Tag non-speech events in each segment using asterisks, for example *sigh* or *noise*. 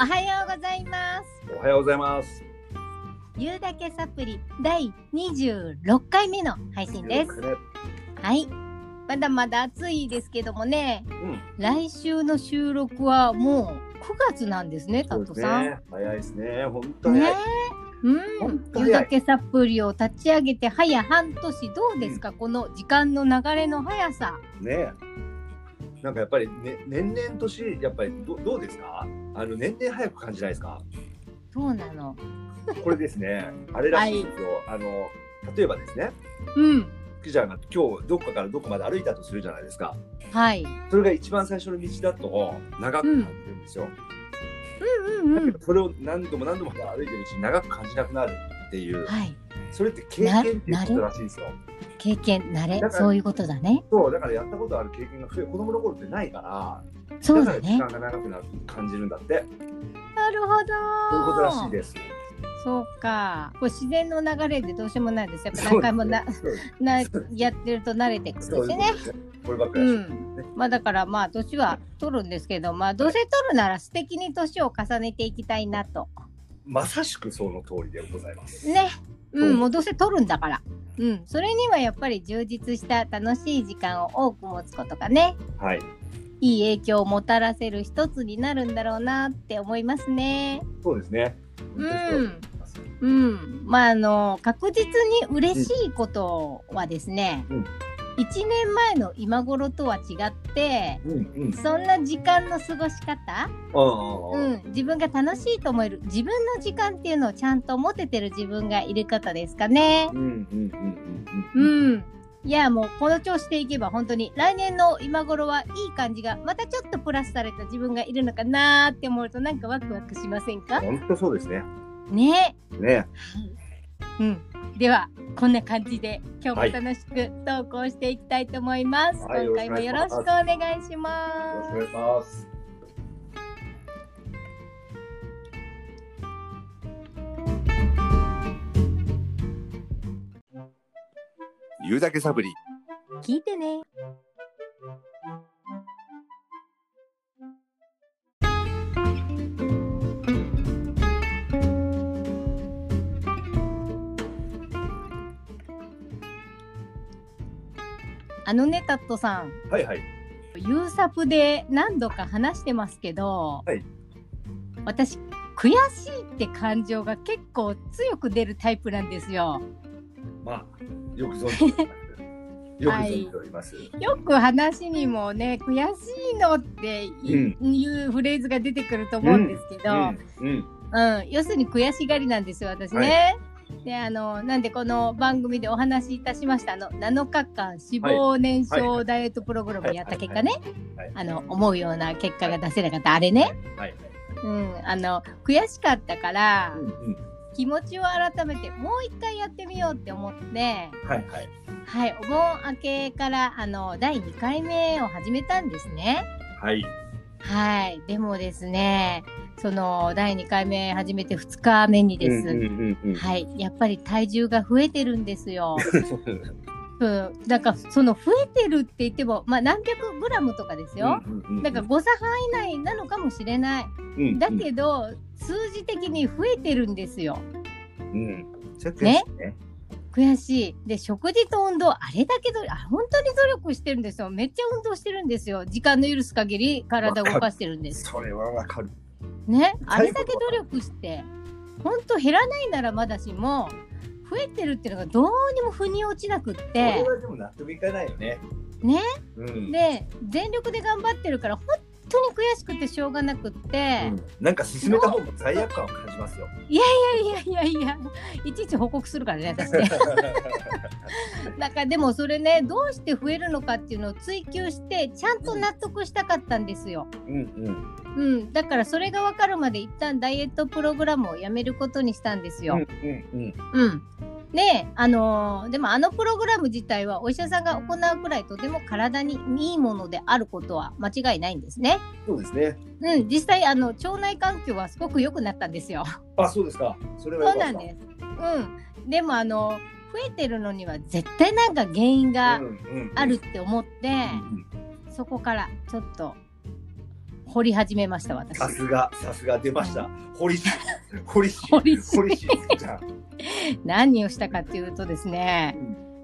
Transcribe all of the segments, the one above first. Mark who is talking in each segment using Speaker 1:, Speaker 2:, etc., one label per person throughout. Speaker 1: おはようございます。
Speaker 2: おはようございます。
Speaker 1: ゆうだけサプリ第26回目の配信です。
Speaker 2: ね
Speaker 1: はい。まだまだ暑いですけどもね、
Speaker 2: うん。
Speaker 1: 来週の収録はもう9月なんですね、タ
Speaker 2: そ
Speaker 1: ッ
Speaker 2: うで
Speaker 1: ト
Speaker 2: す
Speaker 1: さん。ね
Speaker 2: ね。早いですね。本当に早い。
Speaker 1: う
Speaker 2: ほん
Speaker 1: ん。
Speaker 2: と
Speaker 1: ゆ
Speaker 2: 早いう
Speaker 1: だけサプリを立ち上げて早半年どうですか、この時間の流れの速さ。
Speaker 2: ねえ。なんかやっぱり、ね、年々年、やっぱりどどうですかあの、年々早く感じないですか
Speaker 1: そうなの。
Speaker 2: これですね。あれらしいんですよ。あの、例えばですね、
Speaker 1: うん。
Speaker 2: ピジャーが今日どこかからどこまで歩いたとするじゃないですか。
Speaker 1: はい。
Speaker 2: それが一番最初の道だと長く感じるんですよ。
Speaker 1: うんうんうん。
Speaker 2: それを何度も何度も歩いてるうちに長く感じなくなるっていう、
Speaker 1: はい。
Speaker 2: それって経験っていうことらしいんですよ。
Speaker 1: 経験、慣れ
Speaker 2: だ、から
Speaker 1: そういうことだね。
Speaker 2: そうだからやったことある経験が増え子供の頃ってないから
Speaker 1: そう
Speaker 2: だ
Speaker 1: だ
Speaker 2: から
Speaker 1: ね
Speaker 2: 時。間が長くなる感じるんだって
Speaker 1: なるほど。
Speaker 2: そういうことらしいです。
Speaker 1: そうか。これ自然の流れでどうしようもないです。やっぱ
Speaker 2: そ
Speaker 1: 何
Speaker 2: うです
Speaker 1: 回もな、
Speaker 2: そうです
Speaker 1: な、やってると慣れてくるん
Speaker 2: そう
Speaker 1: です
Speaker 2: いう
Speaker 1: ね。
Speaker 2: ことですね。こればっか
Speaker 1: う
Speaker 2: りは
Speaker 1: ん。まあだからまあ年は取るんですけど、まあどうせ取るなら素敵に年を重ねていきたいなと。
Speaker 2: まさしくその通りでございます。
Speaker 1: ね。う、
Speaker 2: うんん
Speaker 1: もうどうせ取るんだから。うん、それにはやっぱり充実した楽しい時間を多く持つことがね、
Speaker 2: はい。
Speaker 1: いい影響をもたらせる一つになるんだろうなって思いますね。
Speaker 2: そうですね。
Speaker 1: う
Speaker 2: 本当
Speaker 1: ん
Speaker 2: にそうだと思います
Speaker 1: うん、まああの確実に嬉しいことはですね、
Speaker 2: うん
Speaker 1: 1年前の今頃とは違って
Speaker 2: うんうん。
Speaker 1: そんな時間の過ごし方、
Speaker 2: ああ、
Speaker 1: う
Speaker 2: うん、
Speaker 1: ん、自分が楽しいと思える自分の時間っていうのをちゃんと持ててる自分がいる方ですかね。
Speaker 2: うんうんうん
Speaker 1: う
Speaker 2: うん
Speaker 1: んいやもうこの調子でいけば本当に来年の今頃はいい感じがまたちょっとプラスされた自分がいるのかなーって思うとなんかワクワクしませんか
Speaker 2: うん。本当そうですね。
Speaker 1: ね
Speaker 2: ね。
Speaker 1: うん、ではこんな感じで今
Speaker 2: は
Speaker 1: 日
Speaker 2: い
Speaker 1: も楽しく投稿していきたいと思います、
Speaker 2: はい
Speaker 1: 今回もよろしくお願いし
Speaker 2: よろ
Speaker 1: ま
Speaker 2: し
Speaker 1: す
Speaker 2: くお願いします。ゆうだけサブリ。
Speaker 1: 聞いてねあのねタットさん
Speaker 2: はいはい。
Speaker 1: ユーサプで何度か話してますけど、
Speaker 2: はい
Speaker 1: 私悔しいって感情が結構強く出るタイプなんですよ。
Speaker 2: まあ、よく存じております。よく存じております。
Speaker 1: よく話にもね悔しいのってい
Speaker 2: うん
Speaker 1: いうフレーズが出てくると思うんですけど、うん
Speaker 2: うん、うん、
Speaker 1: 要するに悔しがりなんですよ私ね。であのなんでこの番組でお話しいたしましたあの7日間脂肪燃焼ダイエットプログラムやった結果ね
Speaker 2: はいはい
Speaker 1: あの思うような結果が出せなかったあれね。
Speaker 2: はい。
Speaker 1: うん、あの悔しかったから
Speaker 2: うん、うん、
Speaker 1: 気持ちを改めてもう一回やってみようって思って、
Speaker 2: はい、はい。
Speaker 1: はい、お盆明けからあの第2回目を始めたんですね。
Speaker 2: はい。
Speaker 1: はい、でもですね、その第2回目始めて2日目にです。
Speaker 2: うん、うん、うん、うん。
Speaker 1: はい、やっぱり体重が増えてるんですよ。
Speaker 2: *laughs* そう
Speaker 1: うん、なんかその増えてるって言っても、まあ、何百グラムとかですよ。
Speaker 2: うんうんうん
Speaker 1: なんか誤差範囲内なのかもしれない。
Speaker 2: うん
Speaker 1: だけど、数字的に増えてるんですよ。
Speaker 2: うん、ちょっと
Speaker 1: ね
Speaker 2: ね。ね
Speaker 1: 悔しい。で、食事と運動、あれだけど、あ本当に努力してるんですよ。めっちゃ運動してるんですよ。時間の許す限り、体を動かしてるんです。
Speaker 2: *laughs* それはわかる。
Speaker 1: ね、あ
Speaker 2: 最
Speaker 1: れ
Speaker 2: 後
Speaker 1: だけ努力して、本当減らないならまだしも、増えてるっていうのがどうにも腑に落ちなくっ
Speaker 2: これ
Speaker 1: て、
Speaker 2: はでも納得いかないよね。
Speaker 1: ね。
Speaker 2: うん。
Speaker 1: で、全力で頑張ってるから、本当に悔しくてしょうがなくって、
Speaker 2: うんなんか進めた方も罪悪感を感じますよ。
Speaker 1: いやいやいやいや、いちいち報告するからね、私ね。なんかでもそれねどうして増えるのかっていうのを追求してちゃんと納得したかったんですよ。
Speaker 2: うんうん。
Speaker 1: うん、だからそれが分かるまで一旦ダイエットプログラムをやめることにしたんです
Speaker 2: うん
Speaker 1: よ。
Speaker 2: うん
Speaker 1: うん、ねあのーでもあのプログラム自体はお医者さんが行うくらいとても体にいいものであることは間違いないんですね。
Speaker 2: うん。そうですね。
Speaker 1: うん、実際あの腸内環境はすごく良くなったんですよ。
Speaker 2: あ、そうですか。それは
Speaker 1: そ
Speaker 2: よ
Speaker 1: う
Speaker 2: かった
Speaker 1: なんです。うん、でもあの増えてるのには絶対なんか原因が
Speaker 2: うんうんうん
Speaker 1: あるって思って。
Speaker 2: うん
Speaker 1: そこからちょっと掘り始めました私
Speaker 2: さすが、さすが出ました。堀市、堀市、
Speaker 1: 堀市
Speaker 2: 堀市じゃん。
Speaker 1: *laughs* 何をしたかっていうとですね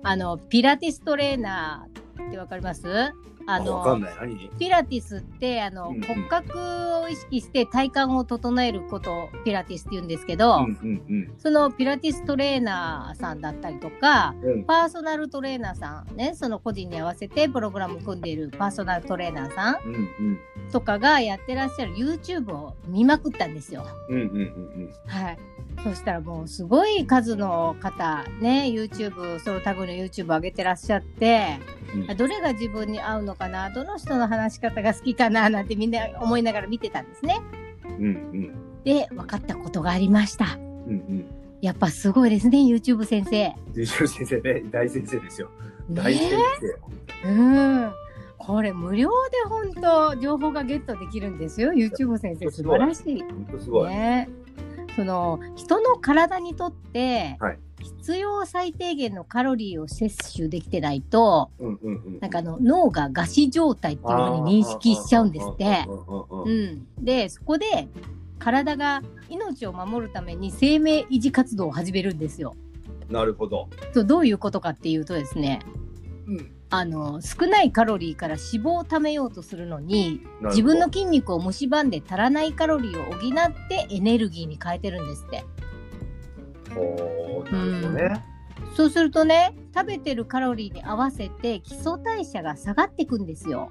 Speaker 1: あのピラティストレーナーってわかりますあ
Speaker 2: わかん
Speaker 1: の
Speaker 2: ない、何
Speaker 1: ピラティスってあの、
Speaker 2: うんうん
Speaker 1: 骨格を意識して体幹を整えることをピラティスって言うんですけど、
Speaker 2: うんうん
Speaker 1: そのピラティストレーナーさんだったりとか
Speaker 2: うん。うん
Speaker 1: パーソナルトレーナーさんねその個人に合わせてプログラム組んでいるパーソナルトレーナーさん
Speaker 2: うんうん
Speaker 1: とかがやってらっしゃる YouTube を見まくったんですよ。
Speaker 2: うんうんうん
Speaker 1: はい、そしたらもうすごい数の方ね YouTube そのタグの YouTube 上げてらっしゃって、
Speaker 2: うん
Speaker 1: どれが自分に合うのかなどの人の話し方が好きかななんてみんな思いながら見てたんですね。
Speaker 2: うんうん
Speaker 1: で分かったことがありました。
Speaker 2: うんうん
Speaker 1: やっぱすごいですね YouTube 先生。
Speaker 2: 優秀先生ね大先生ですよ大先
Speaker 1: ねえ、うんこれ無料で本当情報がゲットできるんですよ YouTube 先生素晴らしい。
Speaker 2: 生本当すごい
Speaker 1: ね、その人の体にとって、
Speaker 2: はい
Speaker 1: 必要最低限のカロリーを摂取できてないと
Speaker 2: うんうんうん
Speaker 1: なんかあの脳が餓死状態っていうのに認識しちゃうんですって
Speaker 2: あー。あーあーあーあーあー
Speaker 1: うん、でそこで体が命を守るために生命維持活動を始めるんですよ。
Speaker 2: なるほど
Speaker 1: とどういうことかっていうとですね
Speaker 2: うん
Speaker 1: あの少ないカロリーから脂肪を貯めようとするのに
Speaker 2: なるほど
Speaker 1: 自分の筋肉を蝕んで足らないカロリーを補ってエネルギーに変えてるんですって。
Speaker 2: ほーなるほどね
Speaker 1: そうするとね食べてるカロリーに合わせて基礎代謝が下がっていくんですよ、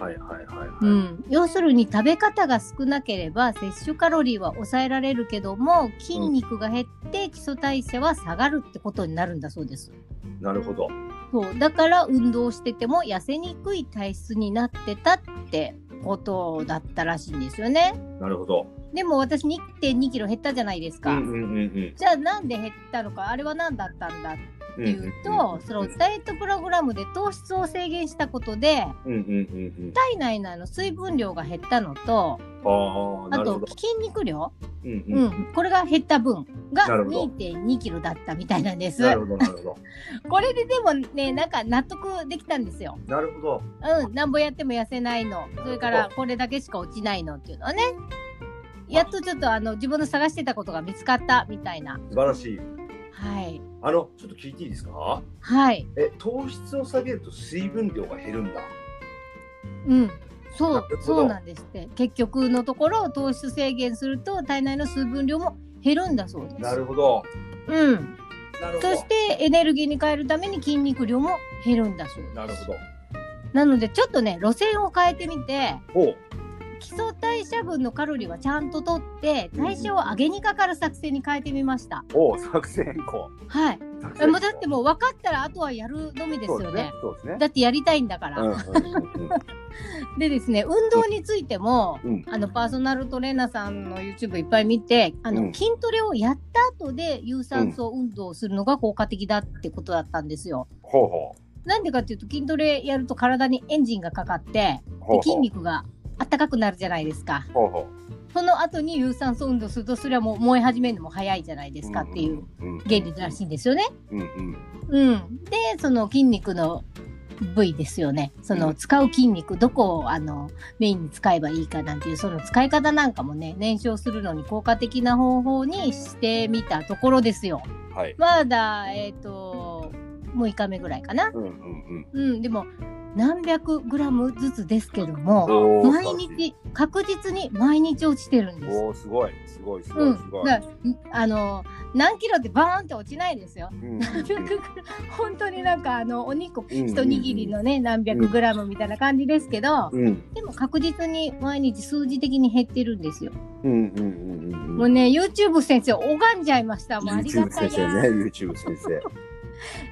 Speaker 2: はいはいはいは
Speaker 1: う
Speaker 2: い
Speaker 1: ん、要するに食べ方が少なければ摂取カロリーは抑えられるけども筋肉が減って基礎代謝は下がるってことになるんだそうです
Speaker 2: なるほど
Speaker 1: そうだから運動してても痩せにくい体質になってたってことだったらしいんですよね
Speaker 2: なるほど
Speaker 1: でも私2 2キロ減ったじゃないです
Speaker 2: う
Speaker 1: か、
Speaker 2: んうんうんうん
Speaker 1: じゃあなんで減ったのかあれは何だったんだ
Speaker 2: う
Speaker 1: っ
Speaker 2: ん
Speaker 1: ていうと、そのダイエットプログラムで糖質を制限したことで
Speaker 2: うんうんうんうん
Speaker 1: 体内のあの水分量が減ったのと
Speaker 2: ああ
Speaker 1: あ
Speaker 2: なるほ
Speaker 1: と
Speaker 2: ど
Speaker 1: 筋肉量、
Speaker 2: うん
Speaker 1: うん
Speaker 2: うん
Speaker 1: これが減った分が
Speaker 2: なるほど
Speaker 1: 2 2キロだったみたいなんです
Speaker 2: なるほどなるほど
Speaker 1: これででもねなんか納得できたんですよ
Speaker 2: なるほど
Speaker 1: うんなんぼやっても痩せないのそれからこれだけしか落ちないのっていうのはねやっとちょっとあの自分の探してたことが見つかったみたいな
Speaker 2: 素晴らしい
Speaker 1: はい
Speaker 2: あのちょっと聞いていいですか
Speaker 1: はい
Speaker 2: え糖質を下げると水分量が減るんだ
Speaker 1: うん、そ
Speaker 2: な
Speaker 1: う
Speaker 2: るほど
Speaker 1: そうなんですって結局のところ糖質制限すると体内の水分量も減るんだそうです。
Speaker 2: なるほど
Speaker 1: うん、
Speaker 2: なるほ
Speaker 1: そ
Speaker 2: ど
Speaker 1: してエネルギーに変えるために筋肉量も減るんだそうです。
Speaker 2: なるほど
Speaker 1: なのでちょっとね路線を変えてみて
Speaker 2: ほう
Speaker 1: 基礎代謝分のカロリーはちゃんととって代謝を上げにかかる作戦に変えてみました。
Speaker 2: おお作戦変更。
Speaker 1: はい、
Speaker 2: 作
Speaker 1: え
Speaker 2: 戦
Speaker 1: もうだってもう分かったらあとはやるのみですよね。
Speaker 2: そうですね。
Speaker 1: だってやりたいんだから。
Speaker 2: そうですねうんうんうん
Speaker 1: でですね運動についても、
Speaker 2: うん
Speaker 1: あのパーソナルトレーナーさんの YouTube いっぱい見てあの、
Speaker 2: うん
Speaker 1: 筋トレをやった後で有酸素運動をするのが効果的だってことだったんですよ。
Speaker 2: ほうほ
Speaker 1: なんでかっていうと筋トレやると体にエンジンがかかって
Speaker 2: うほうほ
Speaker 1: で
Speaker 2: う。
Speaker 1: 筋肉があったかくなるじゃないですか
Speaker 2: ほうほ
Speaker 1: その後に有酸素運動するとそれはもう燃え始めるのも早いじゃないで
Speaker 2: う。
Speaker 1: すかっていうん
Speaker 2: んん
Speaker 1: 原理らしいんですよね。
Speaker 2: うんうん。
Speaker 1: うん、でその筋肉の部位ですよねその使う筋肉どこをあのメインに使えばいいかなんていうその使い方なんかもね燃焼するのに効果的な方法にしてみたところですよ
Speaker 2: はい。
Speaker 1: まだえっ、と6日目ぐらいかな
Speaker 2: うんうん
Speaker 1: うんでも何百グラムずつですけども
Speaker 2: うん。おー
Speaker 1: 毎。日確実に毎日落ちてるん
Speaker 2: 素晴
Speaker 1: で
Speaker 2: らしい
Speaker 1: す
Speaker 2: おーすごいすごいすご
Speaker 1: う
Speaker 2: いす
Speaker 1: ん
Speaker 2: ごい。
Speaker 1: だからんあの何キロってバーンって落ちないですよ
Speaker 2: うんうん
Speaker 1: 100本当になんかあのお肉
Speaker 2: うん
Speaker 1: 一握りのね何百グラムみたいな感じですけど、
Speaker 2: うん
Speaker 1: でも確実に毎日数字的に減ってるんですよ。
Speaker 2: うんうんうんうん
Speaker 1: も
Speaker 2: う。
Speaker 1: うんね YouTube 先生拝んじゃいましたもうありが
Speaker 2: YouTube
Speaker 1: た
Speaker 2: 先
Speaker 1: い
Speaker 2: 生
Speaker 1: な、
Speaker 2: ね YouTube 先生。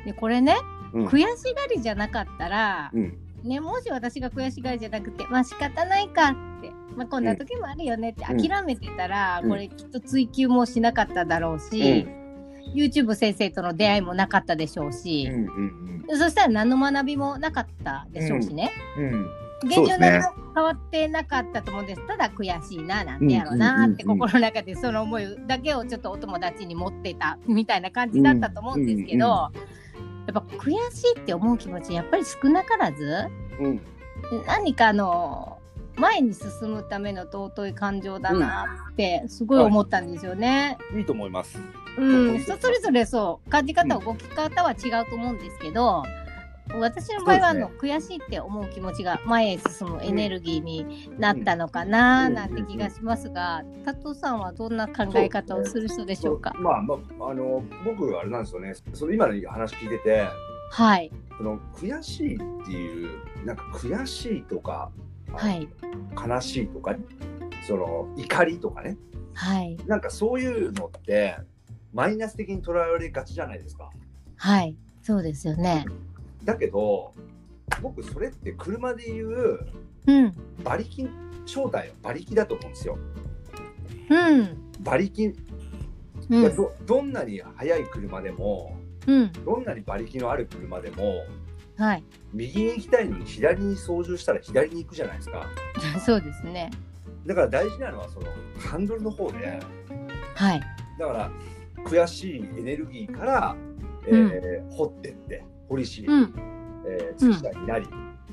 Speaker 1: でこれね、
Speaker 2: うん
Speaker 1: 悔しがりじゃなかったら、
Speaker 2: うん
Speaker 1: ね、もし私が悔しがりじゃなくてまあ仕方ないかって、まあ、こんな時もあるよねって
Speaker 2: うん
Speaker 1: 諦めてたら、
Speaker 2: うん
Speaker 1: これきっと追求もしなかっただろう
Speaker 2: う
Speaker 1: し、
Speaker 2: ん
Speaker 1: YouTube 先生との出会いもなかったでしょうし
Speaker 2: う、んうん
Speaker 1: そしたら何の学びもなかったでしょうしね。
Speaker 2: うんうん。
Speaker 1: 現
Speaker 2: そうで
Speaker 1: 状
Speaker 2: すね
Speaker 1: 何も変わってなかったと思うんですただ悔しいななんてやろうなって
Speaker 2: うんうんうんうん
Speaker 1: 心の中でその思いだけをちょっとお友達に持ってたみたいな感じだったと思うんですけど、
Speaker 2: うんうん
Speaker 1: やっぱ悔しいって思う気持ちやっぱり少なからず
Speaker 2: うん
Speaker 1: 何かあの前に進むための尊い感情だなってすごい思ったんですよね。
Speaker 2: いいと思います。
Speaker 1: うん、人それぞれそう感じ方動き方は違うと思うんですけど、私の場合はあの、
Speaker 2: そ
Speaker 1: 悔しいって思う気持ちが前へ進むエネルギーになったのかな
Speaker 2: うん
Speaker 1: なんて気がしますが、佐藤さんはどんな考え方をする人でしょうか。
Speaker 2: まあまああの僕はあれなんですよね。その今の話聞いてて、
Speaker 1: はい、
Speaker 2: その悔しいっていうなんか悔しいとか、
Speaker 1: はい、
Speaker 2: 悲しいとか、その怒りとかね、
Speaker 1: はい、
Speaker 2: なんかそういうのってマイナス的に捉えられがちじゃないですか。
Speaker 1: はい、そうですよね。
Speaker 2: だけど僕それって車で言う
Speaker 1: うん、
Speaker 2: 馬力正体は馬力だと思うんですよ。
Speaker 1: うん、
Speaker 2: 馬力、
Speaker 1: うん、うん、
Speaker 2: どどんなに速い車でもどんなに馬力のある車でも
Speaker 1: はい、
Speaker 2: 右に行きたいのに左に操縦したら左に行くじゃないですか
Speaker 1: そうですね。
Speaker 2: だから大事なのはそのハンドルの方で
Speaker 1: はい、
Speaker 2: だから悔しいエネルギーから、えー掘ってって掘りし、
Speaker 1: うん、
Speaker 2: えー、月下になり、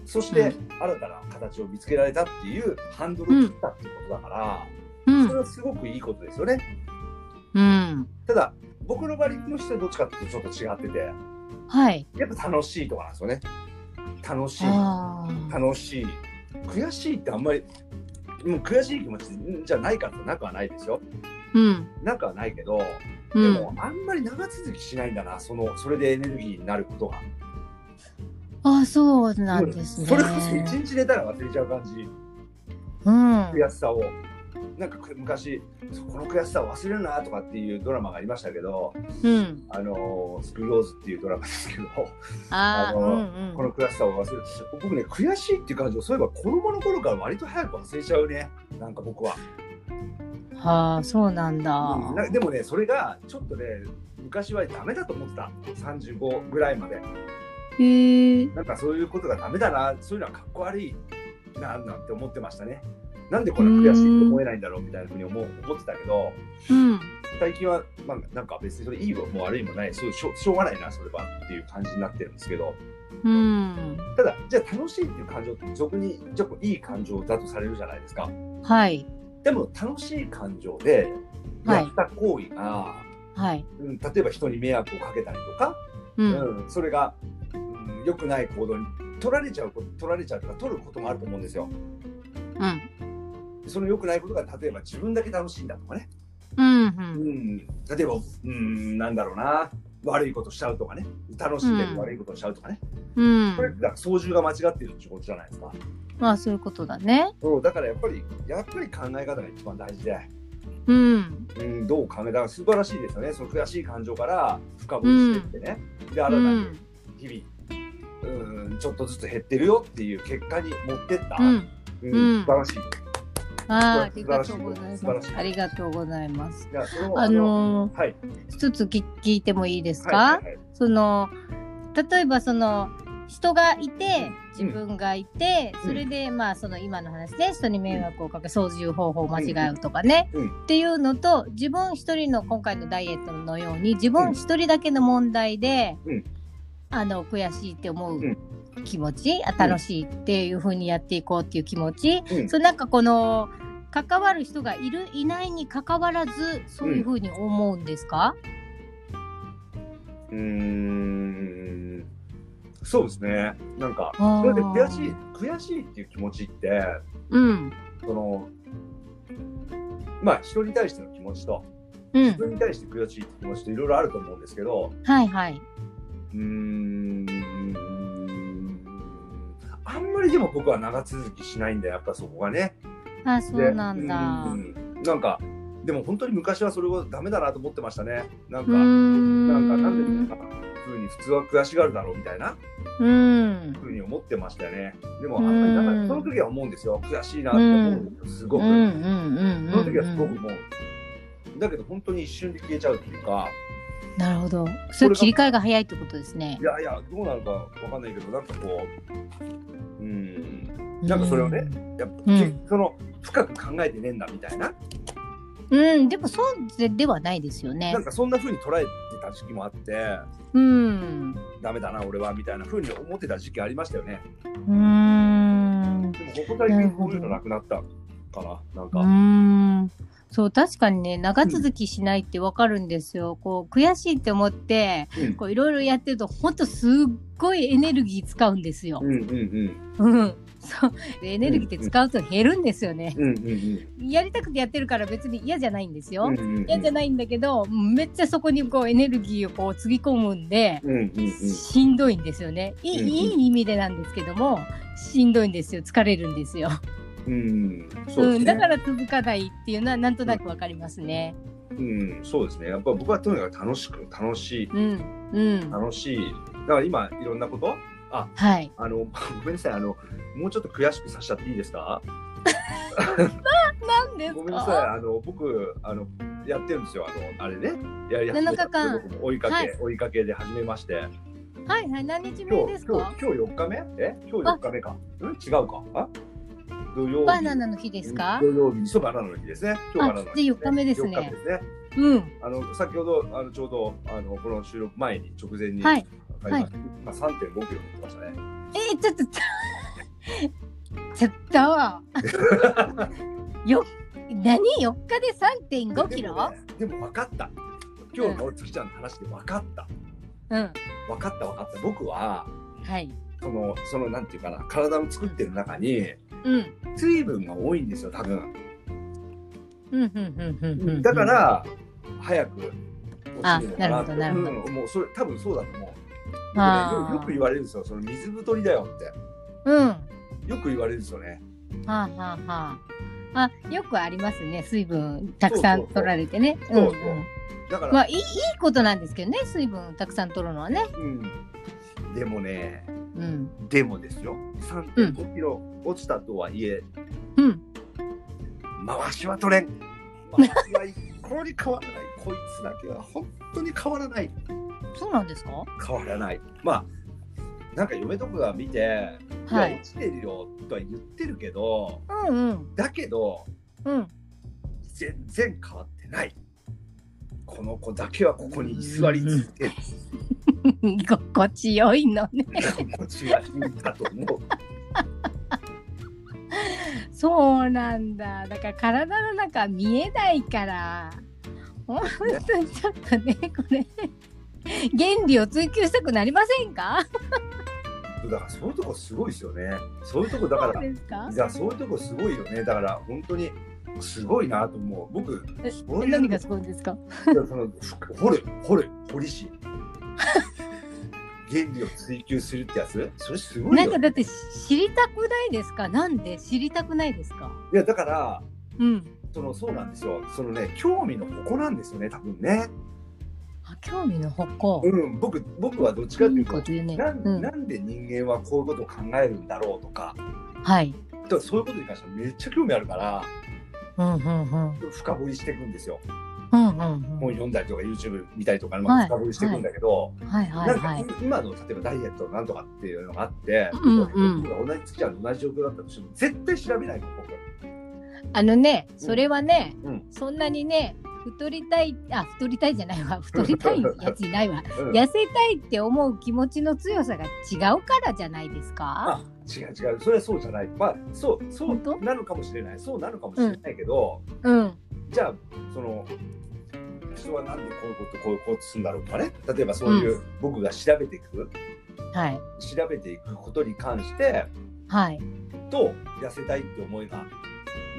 Speaker 2: そして
Speaker 1: う
Speaker 2: 新たな形を見つけられたっていうハンドルを切ったっていうことだから、
Speaker 1: う
Speaker 2: それ
Speaker 1: ん、
Speaker 2: はすごくいいことですよね
Speaker 1: うん、
Speaker 2: ただ僕の馬力の人はどっちかっていうとちょっと違ってて
Speaker 1: はい。
Speaker 2: やっぱ楽しいとかなんですよね楽しい
Speaker 1: あー
Speaker 2: 楽しい悔しいってあんまりもう悔しい気持ちじゃないからとなくはないですよ
Speaker 1: うん、
Speaker 2: なくはないけど、
Speaker 1: う
Speaker 2: で
Speaker 1: ん。
Speaker 2: もあんまり長続きしないんだなそのそれでエネルギーになることが
Speaker 1: あ、そうなんですね。
Speaker 2: それこそ一日寝たら忘れちゃう感じ
Speaker 1: うん。
Speaker 2: 悔しさをなんかく昔そうこの悔しさを忘れるなとかっていうドラマがありましたけど
Speaker 1: うん。
Speaker 2: あのースクローズっていうドラマですけど
Speaker 1: ああ、
Speaker 2: あ
Speaker 1: う
Speaker 2: の
Speaker 1: ん
Speaker 2: こ
Speaker 1: うん。
Speaker 2: の悔しさを忘れる僕ね悔しいっていう感情そういえば子供の頃から割と早く忘れちゃうねなんか僕は。
Speaker 1: はあ、そうなんだ。
Speaker 2: うんなでもねそれがちょっとね昔はダメだと思ってた35ぐらいまで
Speaker 1: へえ。
Speaker 2: なんかそういうことがダメだなそういうのはかっこ悪いななんて思ってましたねなんでこれ悔しいと思えないんだろうみたいなふうに思う思ってたけど
Speaker 1: うん。
Speaker 2: 最近は、まあ、なんか別にそれいいも悪いもないそうしょしょうがないなそれはっていう感じになってるんですけど
Speaker 1: うん。
Speaker 2: ただじゃあ楽しいっていう感情って俗にちょっといい感情だとされるじゃないですか
Speaker 1: はい。
Speaker 2: でも楽しい感情でやった行為が、
Speaker 1: はい。
Speaker 2: うん、例えば人に迷惑をかけたりとか
Speaker 1: うん。
Speaker 2: うん、それが、うん、良くない行動に取られちゃうこと取られちゃうとか取ることもあると思うんですよ。
Speaker 1: うん。
Speaker 2: その良くないことが例えば自分だけ楽しいんだとかね、
Speaker 1: うん。う。
Speaker 2: うんん、例えば、うん、なんだろうな悪いことしちゃうとかね楽しんで
Speaker 1: うん
Speaker 2: 悪いことしちゃうとかね、
Speaker 1: うん
Speaker 2: これ。だから操縦が間違ってるってことじゃないですか、
Speaker 1: まあ、そういうことだね。
Speaker 2: うん、だからやっぱりやっぱり考え方が一番大事で、
Speaker 1: うん。
Speaker 2: うん、どう考えたか素晴らしいですよねその悔しい感情から深掘りしてってね、で新
Speaker 1: う
Speaker 2: たに
Speaker 1: ん。
Speaker 2: 日々、うん、ちょっとずつ減ってるよっていう結果に持ってった。
Speaker 1: うん。
Speaker 2: うん
Speaker 1: うん
Speaker 2: 素晴らしい。
Speaker 1: ああ、あ
Speaker 2: 素
Speaker 1: り
Speaker 2: 晴
Speaker 1: が
Speaker 2: らしい
Speaker 1: とうござい
Speaker 2: 素晴ら
Speaker 1: ま
Speaker 2: しい
Speaker 1: す。ありがとうございます。
Speaker 2: じゃあその
Speaker 1: あのー
Speaker 2: はい。
Speaker 1: 一つき聞いてもいいですか、
Speaker 2: はいはいはい
Speaker 1: その例えばその人がいて自分がいて、
Speaker 2: うん
Speaker 1: それでまあその今の話で人に迷惑をかけ操縦方法を間違うとかね、
Speaker 2: うん
Speaker 1: っていうのと自分一人の今回のダイエットのように自分一人だけの問題で、
Speaker 2: うん
Speaker 1: あの悔しいって思ううん気持ち、あ楽しいっていう風にやっていこうっていう気持ち、
Speaker 2: うん
Speaker 1: それなんかこの関わる人がいるいないに関わらずそういう風に思うんですか、
Speaker 2: うーん。そうですね。なんか
Speaker 1: あー
Speaker 2: それで悔しい悔しいっていう気持ちって
Speaker 1: うん、
Speaker 2: そのまあ人に対しての気持ちと
Speaker 1: う
Speaker 2: 人
Speaker 1: ん、
Speaker 2: に対して悔しいって気持ちといろいろあると思うんですけど、
Speaker 1: はいはい。
Speaker 2: うーん。あんまりでも僕は長続きしないんだよやっぱそこがね。
Speaker 1: あ、そうなんだ。
Speaker 2: う
Speaker 1: うん
Speaker 2: なんかでも本当に昔はそれをダメだなと思ってましたねなんか、
Speaker 1: ー
Speaker 2: なん
Speaker 1: ん。
Speaker 2: かなんでこんな風に普通は悔しがるだろうみたいな
Speaker 1: うん。
Speaker 2: 風に思ってましたよねでもあんまりなん
Speaker 1: うん
Speaker 2: かその時は思うんですよ悔しいなって思うんですよす
Speaker 1: う
Speaker 2: ご
Speaker 1: ん
Speaker 2: く、
Speaker 1: うん
Speaker 2: そ
Speaker 1: うん
Speaker 2: の
Speaker 1: うん
Speaker 2: 時はす
Speaker 1: う
Speaker 2: ごく
Speaker 1: ん。
Speaker 2: もうだけど本当に一瞬で消えちゃうっていうか
Speaker 1: なるほど。それ切り替えが早いってことですね
Speaker 2: い。やいやどうなるかわかんないけどなんかこううんなんかそれをねやっぱ、
Speaker 1: うん
Speaker 2: その深く考えてねえんだみたいな
Speaker 1: うん。うん、でもそうでではないですよね
Speaker 2: なん。かそんな風に捉えてた時期もあって
Speaker 1: うん。
Speaker 2: ダメだな俺はみたいな風に思ってた時期ありましたよね
Speaker 1: うーん。
Speaker 2: でもここ最近こういうのなくなったかな、なん
Speaker 1: う
Speaker 2: か。
Speaker 1: ーんそう確かにね長続きしないってわかるんですよ、こう悔しいって思って
Speaker 2: うん
Speaker 1: こういろいろやってるとほんとすっごいエネルギー使うんですよ
Speaker 2: う。んうんうん
Speaker 1: うん、そうでエネルギーって使うと減るんですよね。
Speaker 2: うんうんうん
Speaker 1: やりたくてやってるから別に嫌じゃないんですよ。
Speaker 2: うんうんうん
Speaker 1: 嫌じゃないんだけどめっちゃそこにこうエネルギーをこうつぎ込むんで。
Speaker 2: うんうんうん
Speaker 1: しんどいんですよねいい,、
Speaker 2: うんうん
Speaker 1: いい意味でなんですけどもしんどいんですよ疲れるんですよ
Speaker 2: うんそう
Speaker 1: う
Speaker 2: で
Speaker 1: ん、
Speaker 2: すね
Speaker 1: だから続かないっていうのはなんとなくわかりますね。
Speaker 2: うんそうですねやっぱ僕はとにかく楽しく楽しい
Speaker 1: うん、うん、
Speaker 2: 楽しいだから今いろんなこと
Speaker 1: はい。
Speaker 2: あのごめんなさいあのもうちょっと悔しくさせちゃっていいですか
Speaker 1: なんです
Speaker 2: ごめんなさい
Speaker 1: か。
Speaker 2: あの僕あのやってるんですよあのあれねややって
Speaker 1: 7日間
Speaker 2: 僕も追いかけ、
Speaker 1: はい
Speaker 2: 追いかけで始めまして
Speaker 1: はいはい、何日目
Speaker 2: 今日
Speaker 1: です
Speaker 2: 今
Speaker 1: か。
Speaker 2: 日今日4日目え今日4日目かうん違うかあ土曜日
Speaker 1: バナナの日ですか
Speaker 2: 土。曜日そうバナナの日ですね今日バナナの日
Speaker 1: あで4日目ですね
Speaker 2: 4日目ですね
Speaker 1: うん、
Speaker 2: あの先ほどあのちょうどあのこの収録前に直前に
Speaker 1: はい
Speaker 2: 測りましたまあ3.5キロ持ってましたね。
Speaker 1: えー、ちょっと。ちょっと。
Speaker 2: *laughs*
Speaker 1: よ、何、4日で3.5キロ。
Speaker 2: でもねでも分かった。今日のつきちゃんの話で分かった。
Speaker 1: うん、
Speaker 2: 分かった分かった。僕は
Speaker 1: はい。
Speaker 2: そのそのなんていうかな体を作ってる中に
Speaker 1: うん、
Speaker 2: 水分が多いんですよ多分。
Speaker 1: うん、うん、うん、うん、うん。
Speaker 2: だか。ら早く落ちるのかなって
Speaker 1: あなるほどなる
Speaker 2: うんもうそれ多分そうだと思う。
Speaker 1: あ
Speaker 2: 僕ねよよく言われるんですよ。その水太りだよっ
Speaker 1: うん、は
Speaker 2: てよく言われるんですよね。
Speaker 1: あ、はあ、はあ。あ、よくありますね。水分たくさ
Speaker 2: そ
Speaker 1: ん
Speaker 2: うそうそう
Speaker 1: 取られてね。
Speaker 2: そうそうん
Speaker 1: ん。
Speaker 2: だから
Speaker 1: まあいいいいことなんですけどね水分たくさん取るのはね。
Speaker 2: うん、でもね
Speaker 1: うん。
Speaker 2: でもですよ3.5キロ落ちたとはいえ、
Speaker 1: うん。
Speaker 2: 回しは取れん回しは一向に変わらないこいつだけは本当に変わらない
Speaker 1: そうなんですか。
Speaker 2: 変わらないまあなんか嫁とかが見て「
Speaker 1: はい
Speaker 2: や
Speaker 1: い。
Speaker 2: 落ちてるよ」とは言ってるけど
Speaker 1: うんうん
Speaker 2: だけど
Speaker 1: うん。
Speaker 2: 全然変わってないこの子だけはここに居座り続ける
Speaker 1: *laughs* 心地よいのね。
Speaker 2: 心地がいいんだと思う
Speaker 1: そうなんだ。だから体の中見えないから。本当にちょっとねこれ原理を追求したくなりませんか。
Speaker 2: だからそういうとこすごいですよねそういうとこだから
Speaker 1: そうですか
Speaker 2: い。やそういうとこすごいよねだから本当にすごいなと思う僕
Speaker 1: え
Speaker 2: そういう
Speaker 1: 何
Speaker 2: の
Speaker 1: がすごいんですか。
Speaker 2: いやそのふ掘る掘る掘りし原理を追求するってやつそれすごい
Speaker 1: なん
Speaker 2: よ
Speaker 1: かだって知りたくないですか。なんで知りたくないですか。
Speaker 2: いやだから
Speaker 1: うん。
Speaker 2: そのそうなんですよそのね興味の矛なんですよね多分ね
Speaker 1: あ興味の矛。
Speaker 2: うん僕僕はどっちかって
Speaker 1: い
Speaker 2: い
Speaker 1: いうこと
Speaker 2: と
Speaker 1: 言うね。
Speaker 2: なん,、
Speaker 1: うん
Speaker 2: なんで人間はこういうことを考えるんだろうとか
Speaker 1: はい。
Speaker 2: だからそういうことに関してはめっちゃ興味あるから
Speaker 1: うんうんうん。
Speaker 2: 深掘りしていくんですよ
Speaker 1: うんうんう
Speaker 2: 本読んだりとか YouTube 見たりとか、まあ、深掘りしていくんだけど、
Speaker 1: ん。はいはいは
Speaker 2: ないん。か今の例えばダイエットなんとかっていうのがあって、
Speaker 1: うんうん
Speaker 2: 僕が同じ月は同じ状況だったとしても絶対調べないの僕
Speaker 1: あのね、それはね、
Speaker 2: うん
Speaker 1: そんなにね、太りたい、あ、太りたいじゃない *laughs* わ、太りたいやついないわ。
Speaker 2: うん
Speaker 1: 痩せたいって思う気持ちの強さが違うからじゃないですか。
Speaker 2: あ違う違うそれはそうじゃないまあそうそ
Speaker 1: 本当
Speaker 2: うなのかもしれないそうなのかもしれないけど、
Speaker 1: うん。
Speaker 2: じゃあその人はなんでこういうことこういうことするんだろうとかね例えばそういう、僕が調べていく
Speaker 1: はい。
Speaker 2: 調べていくことに関して
Speaker 1: はい。
Speaker 2: と痩せたいって思いが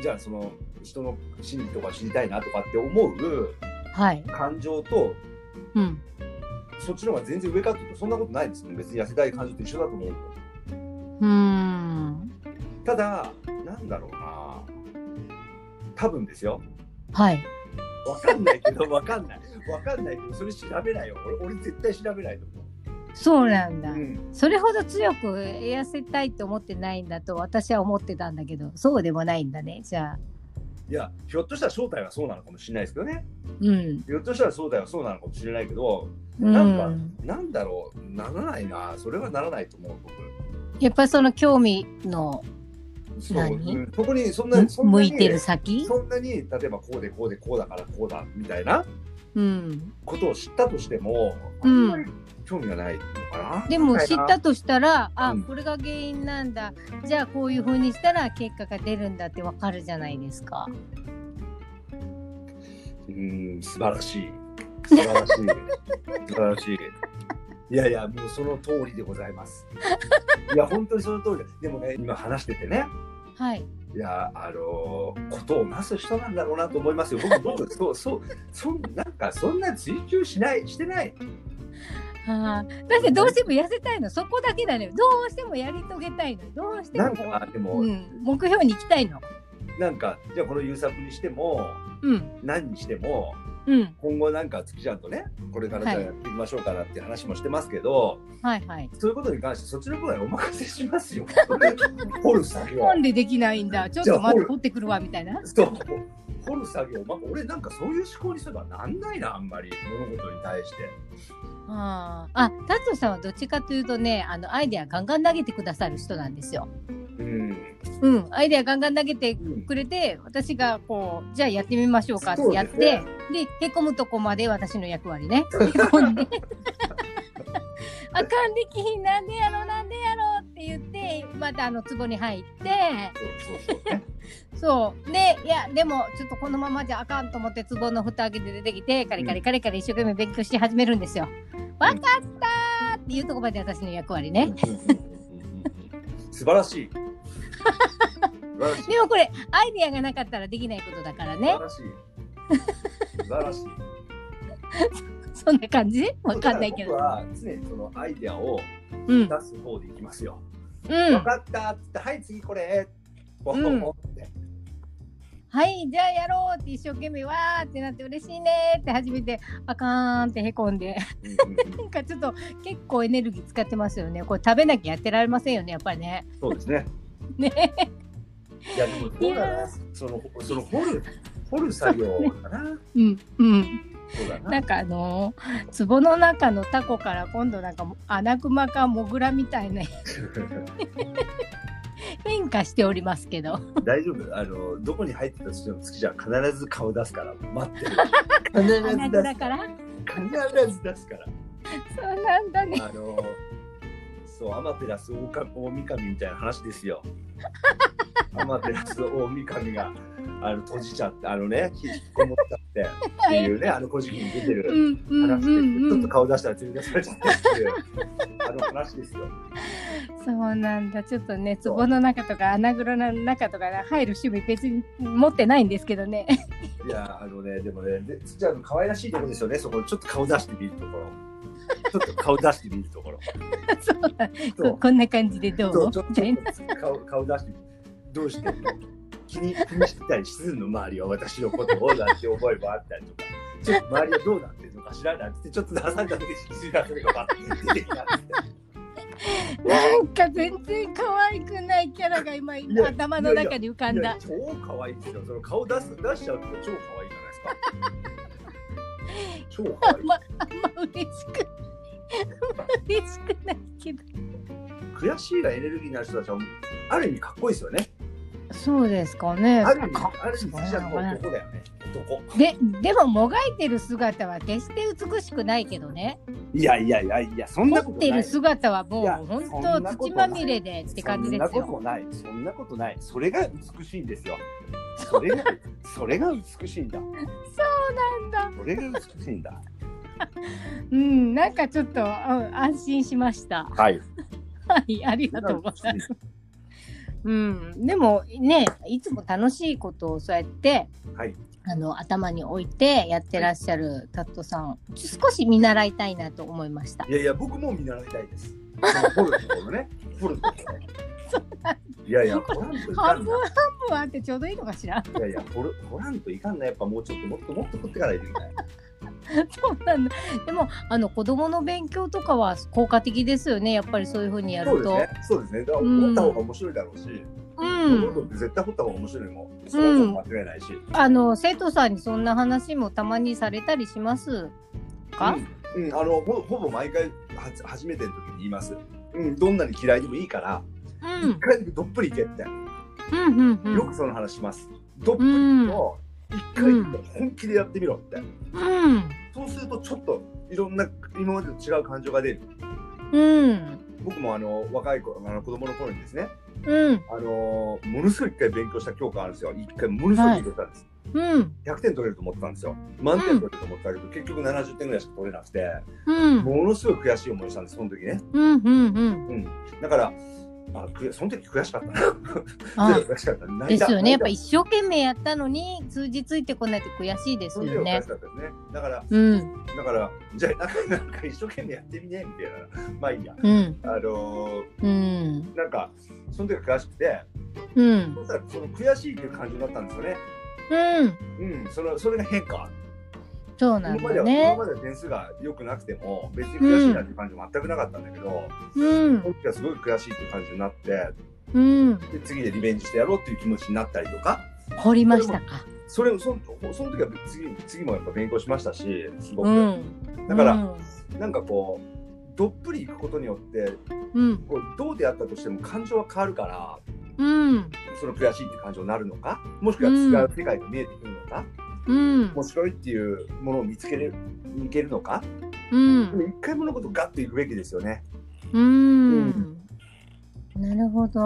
Speaker 2: じゃあその人の心理とか知りたいなとかって思う
Speaker 1: はい。
Speaker 2: 感情と
Speaker 1: うん。
Speaker 2: そっちの方が全然上かっていうとそんなことないですね別に痩せたい感じと一緒だと思う
Speaker 1: うーん。
Speaker 2: ただなんだろうな多分ですよ
Speaker 1: はい。
Speaker 2: わかんないけどわかんないわかんないけどそれ調べないよ俺俺絶対調べないと思う
Speaker 1: そうなんだ、
Speaker 2: うん
Speaker 1: それほど強く痩せたいと思ってないんだと私は思ってたんだけど、そうでもないんだね。じゃあ。
Speaker 2: いやひょっとしたら正体はそうなのかもしれないですけどね
Speaker 1: うん。
Speaker 2: ひょっとしたら正体はそうなのかもしれないけど
Speaker 1: うん
Speaker 2: なんか、なんだろうならないなそれはならないと思う
Speaker 1: やっぱりその興味の
Speaker 2: 僕そう、
Speaker 1: 何
Speaker 2: うんそこにそんなそんな
Speaker 1: 向
Speaker 2: に
Speaker 1: いてる先
Speaker 2: そんなに例えばこうでこうでこうだからこうだみたいな
Speaker 1: うん
Speaker 2: ことを知ったとしても、
Speaker 1: うん
Speaker 2: あんまり興味がないのかな
Speaker 1: でも
Speaker 2: み
Speaker 1: 知
Speaker 2: いな
Speaker 1: ったとしたら、あ
Speaker 2: うん
Speaker 1: これが原因なんだじゃあこういう風にしたら結果が出るんだってわかるじゃないですか。
Speaker 2: うーん素晴らしい素晴らしい素晴らしいいやいやもうその通りでございますいや本当にその通りででもね今話しててね
Speaker 1: はい、
Speaker 2: いやあのことをなす人なんだろうなと思いますよ僕
Speaker 1: *laughs*
Speaker 2: 僕そうそうそんなんかそんな追求しないしてない
Speaker 1: はあ、だってどうしても痩せたいのそこだけだねどうしてもやり遂げたいのどうして
Speaker 2: な
Speaker 1: も
Speaker 2: んかでも、
Speaker 1: うん、目標に行きたいの。
Speaker 2: なんかじゃあこの優作にしても
Speaker 1: うん
Speaker 2: 何にしても
Speaker 1: うん、
Speaker 2: 今後なんか月ちゃんとねこれからじゃあ
Speaker 1: はい
Speaker 2: やっていきましょうかなっていう話もしてますけど、
Speaker 1: はいはい。
Speaker 2: そういうことに関してそっちの方はお任せしま
Speaker 1: *laughs*
Speaker 2: すよ掘る作業
Speaker 1: なんでできないんだちょっと待って掘ってくるわみたいな。
Speaker 2: そう掘る作業、まあ、俺なんかそういう思考にすればなんないなあんまり物事に対して
Speaker 1: あーあ、タツさんはどっちかというとね、あのアイデアガンガン投げてくださる人なんですよ。
Speaker 2: うん、
Speaker 1: うん、アイデアガンガン投げて
Speaker 2: うん
Speaker 1: くれて、私がこう、じゃあやってみましょうかってやっ
Speaker 2: そうで
Speaker 1: て、でへこむとこまで私の役割
Speaker 2: *laughs*
Speaker 1: ね。へこんで。あかんできひん、なんでやろ、なんでやろって言って、またあの壺に入って、
Speaker 2: そうそうそうね
Speaker 1: そう。で、いや、でも、ちょっとこのままじゃあかんと思って、壺の蓋開けて出てきて、カリカリカリカリ一生懸命勉強し始めるんですよ。わかったーっていうとこまで私の役割
Speaker 2: うん
Speaker 1: ね。
Speaker 2: うんうんうんうん素晴らしい素晴らしい
Speaker 1: でもこれ、アイデアがなかったらできないことだから
Speaker 2: 素
Speaker 1: ね
Speaker 2: 晴。らしい素晴らしい
Speaker 1: そんな感じわかんないけど。
Speaker 2: 僕は常にそのアイデアを
Speaker 1: うん。
Speaker 2: 出す方でいきますよ、
Speaker 1: う
Speaker 2: 分
Speaker 1: ん。
Speaker 2: かったっつってはい次これボンボンボンって、
Speaker 1: はい、じゃあやろうって一生懸命わーってなって嬉しいねーって始めて、あかーんってへこんで。 *laughs*
Speaker 2: うんうんうん
Speaker 1: なんかちょっと結構エネルギー使ってますよね。これ食べなきゃやってられませんよね、やっぱりね。 *laughs*
Speaker 2: そうですね。
Speaker 1: ね。
Speaker 2: いやでもそうだな。そのその掘る掘る作業だな。
Speaker 1: うん。うん。
Speaker 2: そうだ
Speaker 1: な
Speaker 2: な。
Speaker 1: んかあのー壺の中のタコから今度なんかアナグマかモグラみたいな *laughs* 変化しておりますけ
Speaker 2: *laughs*
Speaker 1: ど
Speaker 2: 大丈夫。あのどこに入ってたとしても月じゃん必ず顔出すから待ってる。必
Speaker 1: アナグ
Speaker 2: ず出
Speaker 1: マ
Speaker 2: す
Speaker 1: か
Speaker 2: から。
Speaker 1: ら *laughs*
Speaker 2: 必ず出すから。
Speaker 1: そうなんだね
Speaker 2: あのそうアマテラス大か大神みたいな話で
Speaker 1: *laughs*
Speaker 2: すよ。アマテラス大神があの閉じちゃってあのね引きこもっちゃってっていうねあの古事記に出てる。
Speaker 1: うんう
Speaker 2: 話
Speaker 1: んう
Speaker 2: で
Speaker 1: んう
Speaker 2: ちょっと
Speaker 1: ん
Speaker 2: 顔出したら連れ出されちゃったっていうあの話ですよ。
Speaker 1: そうなんだちょっとね壺の中とかアナグマの中とか入る趣味別に持ってないんですけどね *laughs*
Speaker 2: いやあのねでもねでつっちゃんの可愛らしいところですよねそこちょっと顔出してみるところ。ちょっと顔出してみる
Speaker 1: *laughs*
Speaker 2: ところ。
Speaker 1: そうなん
Speaker 2: そ
Speaker 1: こ
Speaker 2: う
Speaker 1: こんな感じでど
Speaker 2: そううちょっ
Speaker 1: み
Speaker 2: と
Speaker 1: た
Speaker 2: ち
Speaker 1: い
Speaker 2: ょっ
Speaker 1: な
Speaker 2: と顔顔出してみるどうして気に気にしてたりするの周りは私のことをなんて思いもあったりとか。ちょっと周りはどうなってるのか知らないってちょっと出さんだけで気づいたそれがバッて出てきたって
Speaker 1: なんか全然可愛くないキャラが今
Speaker 2: いや
Speaker 1: 頭の中に浮かん
Speaker 2: いや
Speaker 1: だ
Speaker 2: 超可愛いですよその顔出す出しちゃうと超可愛いじゃないですか超可愛い
Speaker 1: ま *laughs* あんま嬉しく嬉しくないけど
Speaker 2: 悔しいがエネルギーになる人たちはある意味かっこいいですよね。
Speaker 1: そうですかね
Speaker 2: ある意味、
Speaker 1: か
Speaker 2: ある意味、じゃもう男だよね。男。
Speaker 1: ででももがいてる姿は決して美しくないけどね
Speaker 2: いやいやいやいや、そん
Speaker 1: 持
Speaker 2: なこ
Speaker 1: っ
Speaker 2: と
Speaker 1: て
Speaker 2: ない。
Speaker 1: る姿はも
Speaker 2: いや
Speaker 1: う本
Speaker 2: そんな
Speaker 1: 当
Speaker 2: こ
Speaker 1: 土
Speaker 2: とない
Speaker 1: まみれでって感じです
Speaker 2: そんなこ
Speaker 1: よ
Speaker 2: とない。そんなことない。それが美しいんですよ。そ
Speaker 1: *laughs*
Speaker 2: れが、それが美しいんだ。
Speaker 1: そうなんだ
Speaker 2: それが美しいんだ。
Speaker 1: うんなんかちょっと、うん、安心しました
Speaker 2: はい。
Speaker 1: はいありがとうございますうんでもねいつも楽しいことをそうやって
Speaker 2: はい。
Speaker 1: あの頭に置いてやってらっしゃるタットさん少し見習いたいなと思いました
Speaker 2: いやいや、僕も見習いたいです。その掘るところね。掘るところ。いやいや、掘らんといか
Speaker 1: 半
Speaker 2: ん
Speaker 1: 分
Speaker 2: な。
Speaker 1: 半分あってちょうどいいのかしら *laughs*
Speaker 2: いやいや、掘る、掘らんといかんな。やっぱもうちょっと、もっともっと掘ってからいけない。
Speaker 1: そうなんだでもあの子供の勉強とかは効果的ですよねやっぱりそういうふうにや
Speaker 2: そう
Speaker 1: る
Speaker 2: で
Speaker 1: と
Speaker 2: すね。そうですね。だから
Speaker 1: うん
Speaker 2: 掘った方が面白いだろうし、
Speaker 1: う
Speaker 2: 物事っ
Speaker 1: ん
Speaker 2: て絶対掘った方が面白いもん。それはもう間違いないし。
Speaker 1: あの生徒さんにそんな話もたまにされたりしますか、
Speaker 2: うん、うんあのほほぼ毎回はじ初めての時に言います。うん、どんなに嫌いでもいいから、
Speaker 1: うん、う
Speaker 2: 一
Speaker 1: ん
Speaker 2: 回だけどっぷりいけって、
Speaker 1: うんうんうん
Speaker 2: よくその話します。どっぷりと、一回
Speaker 1: うん
Speaker 2: 本気でやってみろって。
Speaker 1: うん
Speaker 2: そうするとちょっといろんな今までと違う感情が出る
Speaker 1: うん。
Speaker 2: 僕もあの若い子あの子供の頃にですね
Speaker 1: うん。
Speaker 2: あのものすごい一回勉強した教科あるんですよ一回ものすごい勉強したんです、
Speaker 1: うん。
Speaker 2: 100点取れると思ってたんですよ満点取れると思ってたけど、結局70点ぐらいしか取れなくて
Speaker 1: うん。
Speaker 2: ものすごい悔しい思いしたんですその時ね
Speaker 1: うん。うん。うん。
Speaker 2: うんだからあくその時悔しかったな
Speaker 1: あ
Speaker 2: 悔しかった泣
Speaker 1: で
Speaker 2: いた
Speaker 1: すよね。やっぱ
Speaker 2: 泣い
Speaker 1: 一生懸命やったのに、数字ついてこないって悔しいで
Speaker 2: た
Speaker 1: す
Speaker 2: その時
Speaker 1: よ
Speaker 2: は
Speaker 1: ね
Speaker 2: 悔し。かったですねだから
Speaker 1: うん。
Speaker 2: だからじゃあなんかなんか一生懸命やってみねみたいなまあいいや
Speaker 1: うん。
Speaker 2: あの
Speaker 1: うん。
Speaker 2: ーなんかその時は悔しくて
Speaker 1: うん
Speaker 2: そ。したらその悔しいっていう感情だったんですよね
Speaker 1: うん。
Speaker 2: うんそれそれが変化
Speaker 1: そうなん
Speaker 2: 今まで
Speaker 1: だ
Speaker 2: は、今
Speaker 1: ね。
Speaker 2: までは点数が良くなくても別に悔しいなっていう感じは全くなかったんだけど、
Speaker 1: うん
Speaker 2: そ。の時はすごい悔しいっていう感じになって
Speaker 1: うん。
Speaker 2: で次でリベンジしてやろうっていう気持ちになったりとか
Speaker 1: 掘りましたか。
Speaker 2: それそのその時は次次もやっぱ勉強しましたしすごく、
Speaker 1: うん。
Speaker 2: だから、
Speaker 1: うん。
Speaker 2: なんかこうどっぷりいくことによって
Speaker 1: うん。
Speaker 2: こうどうであったとしても感情は変わるから
Speaker 1: うん。
Speaker 2: その悔しいって感情になるのかもしくは違う世界が見えてくるのか、
Speaker 1: うん。
Speaker 2: 面白いっていうものを見つけれる見けるのか
Speaker 1: うん
Speaker 2: でも。一回物事ガッといくべきですよね
Speaker 1: うん。なるほ
Speaker 2: と
Speaker 1: ど。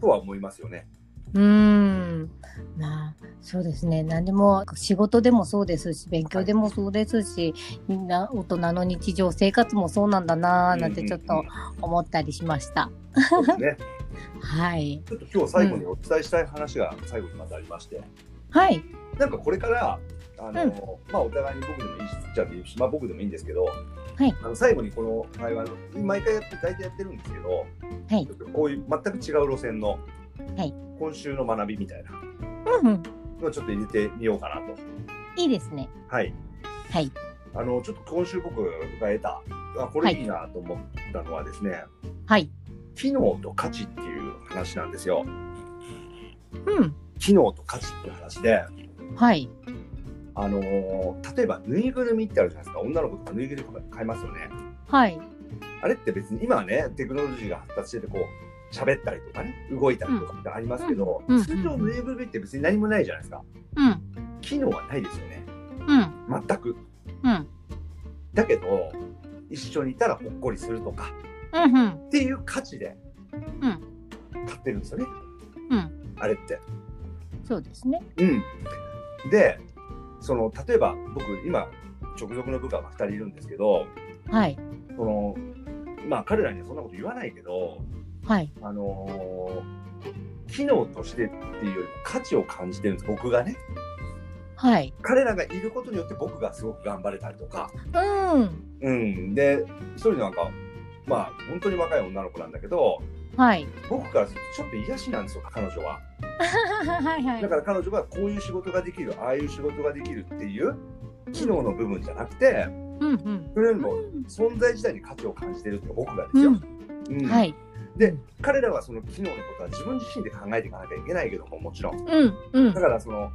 Speaker 2: とは思いますよね。
Speaker 1: うん。まあ、そうですね。何でも仕事でもそうですし、勉強でもそうですし、みんな大人の日常生活もそうなんだなーなんてちょっ
Speaker 2: うんう
Speaker 1: と
Speaker 2: ん
Speaker 1: 思ったりしました。
Speaker 2: そうで
Speaker 1: *laughs*
Speaker 2: すね、
Speaker 1: はい。
Speaker 2: ちょっと今日最後にお伝えしたい話が最後にまたありまして、
Speaker 1: はい。
Speaker 2: なんかこれからあの、まあお互いに僕でもいいしつっちゃんでいいし、まあ、僕でもいいんですけど、
Speaker 1: い
Speaker 2: あの最後にこの会話の毎回やって大体やってるんですけど、
Speaker 1: はい
Speaker 2: ちょっとこういう全く違う路線の、
Speaker 1: はい
Speaker 2: 今週の学びみたいな
Speaker 1: うんうん。
Speaker 2: のをちょっと入れてみようかなと。
Speaker 1: いいですね。
Speaker 2: はい
Speaker 1: はい。
Speaker 2: あのちょっと今週僕が得たあこれいいなと思ったのはですね、
Speaker 1: はい。
Speaker 2: 機能と価値っていう話なんですよ。
Speaker 1: うん。
Speaker 2: 機能と価値っていう話で、
Speaker 1: はい。
Speaker 2: あのー例えばぬいぐるみってあるじゃないですか女の子とかぬいぐるみ買いますよね。
Speaker 1: はい。
Speaker 2: あれって別に今はねテクノロジーが発達しててこう喋ったりとかね動いたりとかってありますけど、
Speaker 1: うんうん
Speaker 2: 通常ぬいぐるみって別に何もないじゃないですか。
Speaker 1: うん。
Speaker 2: 機能はないですよね
Speaker 1: うん。
Speaker 2: 全く。
Speaker 1: うん。
Speaker 2: だけど一緒にいたらほっこりするとか
Speaker 1: うん。うん。
Speaker 2: っていう価値で
Speaker 1: うん。
Speaker 2: 買ってるんですよね
Speaker 1: うん。
Speaker 2: あれって。
Speaker 1: そうですね。
Speaker 2: うん、でその例えば僕今直属の部下が2人いるんですけど
Speaker 1: はい。
Speaker 2: そのまあ彼らにはそんなこと言わないけど、
Speaker 1: はい。
Speaker 2: あのー機能としてっていうよりも価値を感じてるんです僕がね
Speaker 1: はい。
Speaker 2: 彼らがいることによって僕がすごく頑張れたりとか、
Speaker 1: うん。
Speaker 2: うん、で一人なんかまあ本当に若い女の子なんだけど
Speaker 1: はい。
Speaker 2: 僕からするとちょっと癒しなんですよ彼女は。
Speaker 1: はいはい
Speaker 2: だから彼女がこういう仕事ができるああいう仕事ができるっていう機能の部分じゃなくて
Speaker 1: うんうん
Speaker 2: それよりも
Speaker 1: う
Speaker 2: 存在自体に価値を感じてるって僕がですよ。
Speaker 1: ん
Speaker 2: うん
Speaker 1: はい
Speaker 2: で彼らはその機能のことは自分自身で考えていかなきゃいけないけどももちろん
Speaker 1: うんうん
Speaker 2: だからその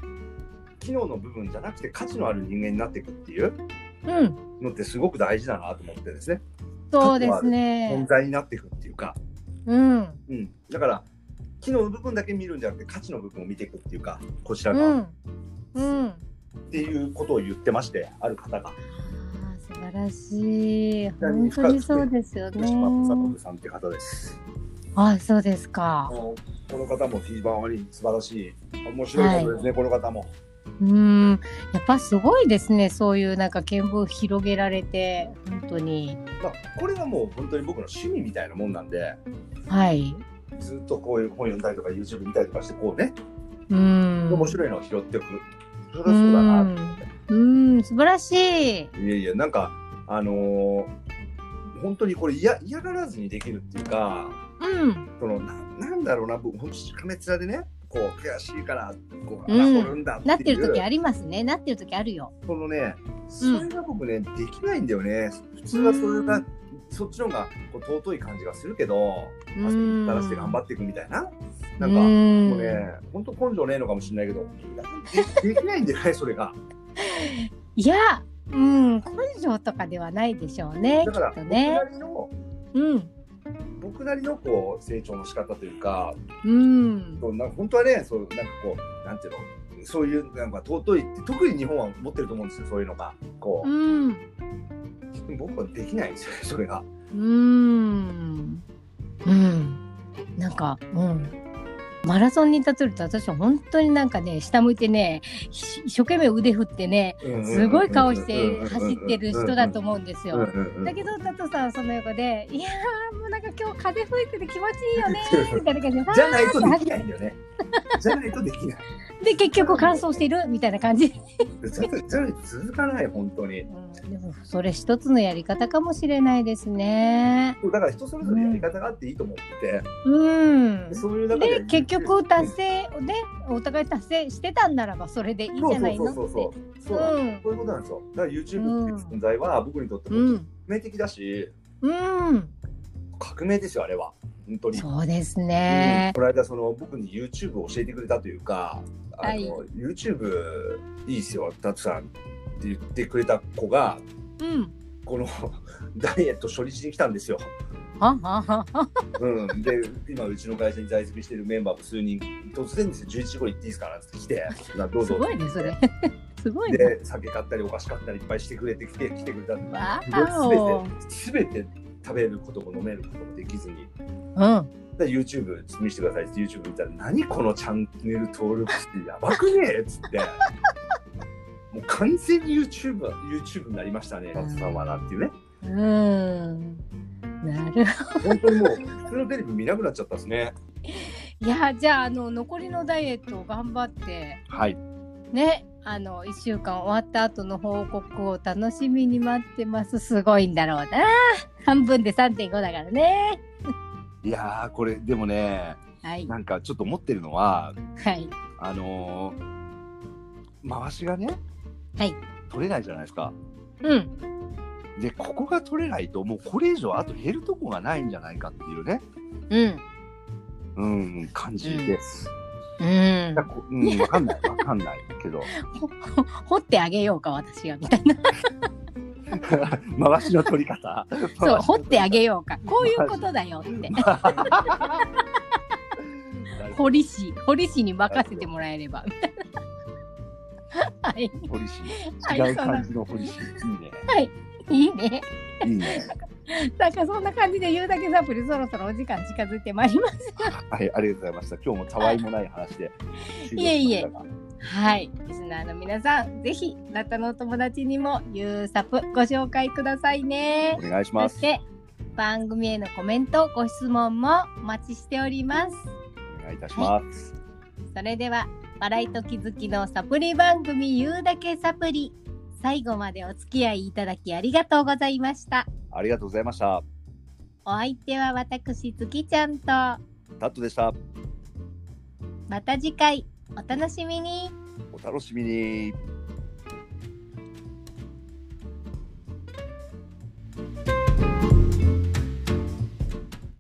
Speaker 2: 機能の部分じゃなくて価値のある人間になっていくっていう
Speaker 1: うん
Speaker 2: のってすごく大事だなと思ってですね
Speaker 1: そうです
Speaker 2: 存
Speaker 1: ね
Speaker 2: 在になっていくっていうか、
Speaker 1: うん
Speaker 2: うん、だから機能の部分だけ見るんじゃなくて価値の部分を見ていくっていうかこちら
Speaker 1: う
Speaker 2: 側っ
Speaker 1: んうん
Speaker 2: ていうことを言ってましてある方が
Speaker 1: あー素晴らしい
Speaker 2: ちな
Speaker 1: 本
Speaker 2: みに
Speaker 1: 当にそうですよ
Speaker 2: 吉島
Speaker 1: ね
Speaker 2: 聡さんっていう方です。
Speaker 1: あそうですか
Speaker 2: あのこの方も非常に素晴らしい面白いことですね、この方も。
Speaker 1: うんやっぱすごいですねそういうなんか見聞広げられて本当に
Speaker 2: まあ、これはもう本当に僕の趣味みたいなもんなんで
Speaker 1: はい
Speaker 2: ずっとこういう本読んだりとか YouTube 見たりとかしてこうね、
Speaker 1: うん
Speaker 2: 面白いのを拾っておくそ
Speaker 1: う
Speaker 2: れはそうだな、
Speaker 1: んうん素晴らしい
Speaker 2: いやいやなんかあのー本当にこれ嫌嫌がらずにできるっていうか
Speaker 1: うん
Speaker 2: そのななんだろうな僕ほんとしかめ面でねこう悔しいからこう
Speaker 1: うん
Speaker 2: 穴掘るんだ
Speaker 1: なっ
Speaker 2: って
Speaker 1: て
Speaker 2: いう、
Speaker 1: る時ありますねなってる時あるよ
Speaker 2: そのねそれが僕ね、できないんだよね普通はそれが、
Speaker 1: う
Speaker 2: そっちの方がこう尊い感じがするけど
Speaker 1: うん
Speaker 2: 汗垂らして頑張っていくみたいななんか、もうね、本当根性ねえのかもしれないけど、でできないんじゃない、それが。
Speaker 1: いや、うん、根性とかではない *laughs* でしょうね。
Speaker 2: だから、
Speaker 1: きっと
Speaker 2: 僕な
Speaker 1: ね。
Speaker 2: りの、
Speaker 1: うん、
Speaker 2: 僕なりのこう成長の仕方というか、
Speaker 1: うん、
Speaker 2: そうなんか本当はね、そうなんかこう、なんていうの、そういうなんか尊いって、特に日本は持ってると思うんですよ、そういうのが。こ
Speaker 1: うん、
Speaker 2: う、でも僕はできないんですよねそれが。
Speaker 1: うーん。うん。なんか、うん。マラソンに例えると私は本当になんかね下向いてねひ一生懸命腕振ってねすごい顔して走ってる人だと思うんですよ。だけど佐藤さんはその横で「いやーもうなんか今日風吹いてて気持ちいいよね」みたいな感じでファ
Speaker 2: じゃないと
Speaker 1: ー
Speaker 2: で
Speaker 1: って
Speaker 2: きないんだよね。じゃないとできない。
Speaker 1: で結局乾燥してるみたいな感じ、
Speaker 2: じゃじゃないと続かない *laughs* 本当に。
Speaker 1: でもそれ一つのやり方かもしれないですね。
Speaker 2: だから人それぞれやり方があっていいと思って
Speaker 1: うん
Speaker 2: て、そういう中
Speaker 1: で
Speaker 2: で
Speaker 1: 結局達成をねお互い達成してたんならばそれでいいんじゃないのって
Speaker 2: そうそうそうそうそう
Speaker 1: う
Speaker 2: なんで
Speaker 1: ん
Speaker 2: すそういうことなんですよ。だから YouTube っていう存在は僕にとっても
Speaker 1: うん
Speaker 2: 革命的だし、
Speaker 1: うん
Speaker 2: 革命ですよあれは本当に。
Speaker 1: そうです
Speaker 2: うん
Speaker 1: ね
Speaker 2: この間その僕に YouTube を教えてくれたというか、あの
Speaker 1: はい
Speaker 2: YouTube いいですよタツさんって言ってくれた子が
Speaker 1: うん
Speaker 2: この *laughs* ダイエット初日に来たんですよ。
Speaker 1: はははは
Speaker 2: うん、で今うちの会社に在籍しているメンバーも数人突然ですよ11時頃行っていいですかなんて来て「などう
Speaker 1: す
Speaker 2: ぞ」
Speaker 1: ごいねそれ *laughs* すごいね
Speaker 2: で酒買ったりお菓子買ったりいっぱいしてくれて来て来てくれたんで
Speaker 1: わお
Speaker 2: すべて全て食べることも飲めることもできずに
Speaker 1: うん
Speaker 2: で YouTube 見せてくださいって YouTube 見たら「何このチャンネル登録数やばくねえ」っつってもう完全に YouTube, YouTube になりましたね松さんはなっていうね
Speaker 1: うんなる
Speaker 2: 本当にもう普通のテレビ見なくなっちゃったですね
Speaker 1: いやじゃああの残りのダイエットを頑張って
Speaker 2: はい
Speaker 1: ねあの1週間終わった後の報告を楽しみに待ってますすごいんだろうな半分で3.5だからね
Speaker 2: いやーこれでもね
Speaker 1: はい
Speaker 2: なんかちょっと思ってるのは
Speaker 1: はい
Speaker 2: あのー回しがね、
Speaker 1: はい、
Speaker 2: 取れないじゃないですか
Speaker 1: うん
Speaker 2: でここが取れないともうこれ以上あと減るとこがないんじゃないかっていうね、
Speaker 1: うん
Speaker 2: うん、感じです。
Speaker 1: うん
Speaker 2: だからこうん、わかんないわかんない
Speaker 1: *laughs*
Speaker 2: けど
Speaker 1: ほほ掘ってあげようか私がみたいな
Speaker 2: 回しの取り方
Speaker 1: そう掘ってあげようかこういうことだよって
Speaker 2: 掘
Speaker 1: 堀
Speaker 2: り
Speaker 1: 市堀市に任せてもらえればみたいなはい
Speaker 2: 掘り
Speaker 1: は
Speaker 2: し
Speaker 1: い
Speaker 2: 違う感じの掘りしい
Speaker 1: いいね
Speaker 2: いねいいね
Speaker 1: なんかそんな感じで言うだけサプリそろそろお時間近づいてまいります
Speaker 2: はいありがとうございました今日もたわいもない話で
Speaker 1: いえいえはいリスナーの皆さんぜひあなたのお友達にもゆうさぷご紹介くださいね
Speaker 2: お願いし
Speaker 1: そ
Speaker 2: ま
Speaker 1: し
Speaker 2: す
Speaker 1: て番組へのコメントご質問もお待ちしております
Speaker 2: お願いいたします、
Speaker 1: それでは笑いと気づきのサプリ番組「言うだけサプリ」最後までお付き合いいただきありがとうございました
Speaker 2: ありがとうございました
Speaker 1: お相手は私月ちゃんと
Speaker 2: タットでした
Speaker 1: また次回お楽しみに
Speaker 2: お楽しみに